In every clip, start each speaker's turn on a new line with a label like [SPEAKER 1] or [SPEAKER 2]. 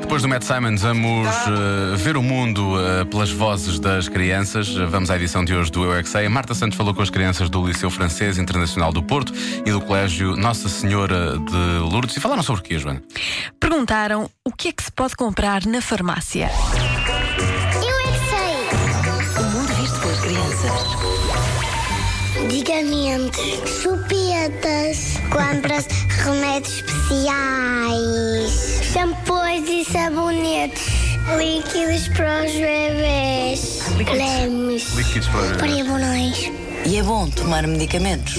[SPEAKER 1] Depois do Matt Simons, vamos
[SPEAKER 2] Tá.
[SPEAKER 1] eh, ver o mundo eh, pelas vozes das crianças. Vamos à edição de hoje do Eu é Que Sei. A Marta Santos falou com as crianças do Liceu Francês Internacional do Porto e do Colégio Nossa Senhora de Lourdes. E falaram sobre o quê, Joana?
[SPEAKER 2] Perguntaram o que é que se pode comprar na farmácia.
[SPEAKER 3] Eu é que sei.
[SPEAKER 4] O mundo visto pelas crianças.
[SPEAKER 3] Antigamente, chupietas, compras remédios especiais, shampoos e sabonetes, líquidos para os bebês, cremes,
[SPEAKER 1] Líquidos para.
[SPEAKER 3] para bonões.
[SPEAKER 4] E é bom tomar medicamentos.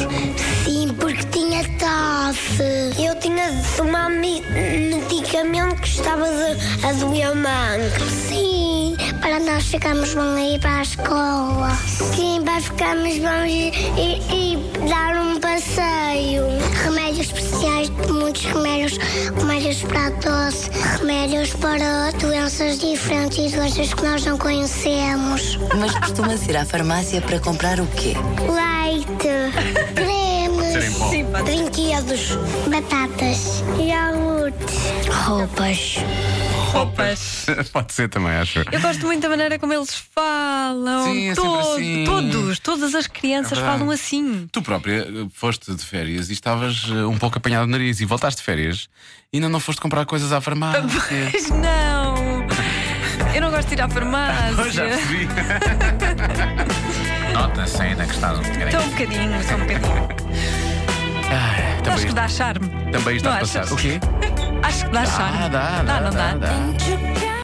[SPEAKER 3] Sim, porque tinha tosse. Eu tinha de tomar me- medicamento que estava de, a doer o mangue. Sim, para nós ficarmos bons a ir para a escola. Sim, para ficarmos bons e, e- e dar um passeio. Remédios especiais, muitos remédios, remédios para a tosse, remédios para doenças diferentes e doenças que nós não conhecemos.
[SPEAKER 4] Mas costuma-se ir à farmácia para comprar o quê?
[SPEAKER 3] Leite, cremes, brinquedos, batatas, iogurte, roupas.
[SPEAKER 2] Roupas.
[SPEAKER 1] Pode ser também, acho.
[SPEAKER 2] Eu gosto muito da maneira como eles falam.
[SPEAKER 1] Sim, é sempre
[SPEAKER 2] Todo-
[SPEAKER 1] assim.
[SPEAKER 2] Todos, todas as crianças
[SPEAKER 1] É verdade.
[SPEAKER 2] falam assim.
[SPEAKER 1] Tu própria eh, foste de férias e estavas eh, um pouco apanhado no nariz e voltaste de férias e ainda não foste comprar coisas à farmácia.
[SPEAKER 2] Mas não! Eu não gosto de ir à
[SPEAKER 1] Pois, Ah, já
[SPEAKER 2] farmácia.
[SPEAKER 1] percebi. Nota-se ainda que estás um bocadinho.
[SPEAKER 2] Só um bocadinho, só um bocadinho.
[SPEAKER 1] Ah,
[SPEAKER 2] Acho que
[SPEAKER 1] também,
[SPEAKER 2] dá charme.
[SPEAKER 1] também está
[SPEAKER 2] Não
[SPEAKER 1] a passar.
[SPEAKER 2] achas?
[SPEAKER 1] O quê?
[SPEAKER 2] Acho que dá charme.
[SPEAKER 1] dá, dá,
[SPEAKER 2] não dá?
[SPEAKER 1] dá.
[SPEAKER 4] Chupi,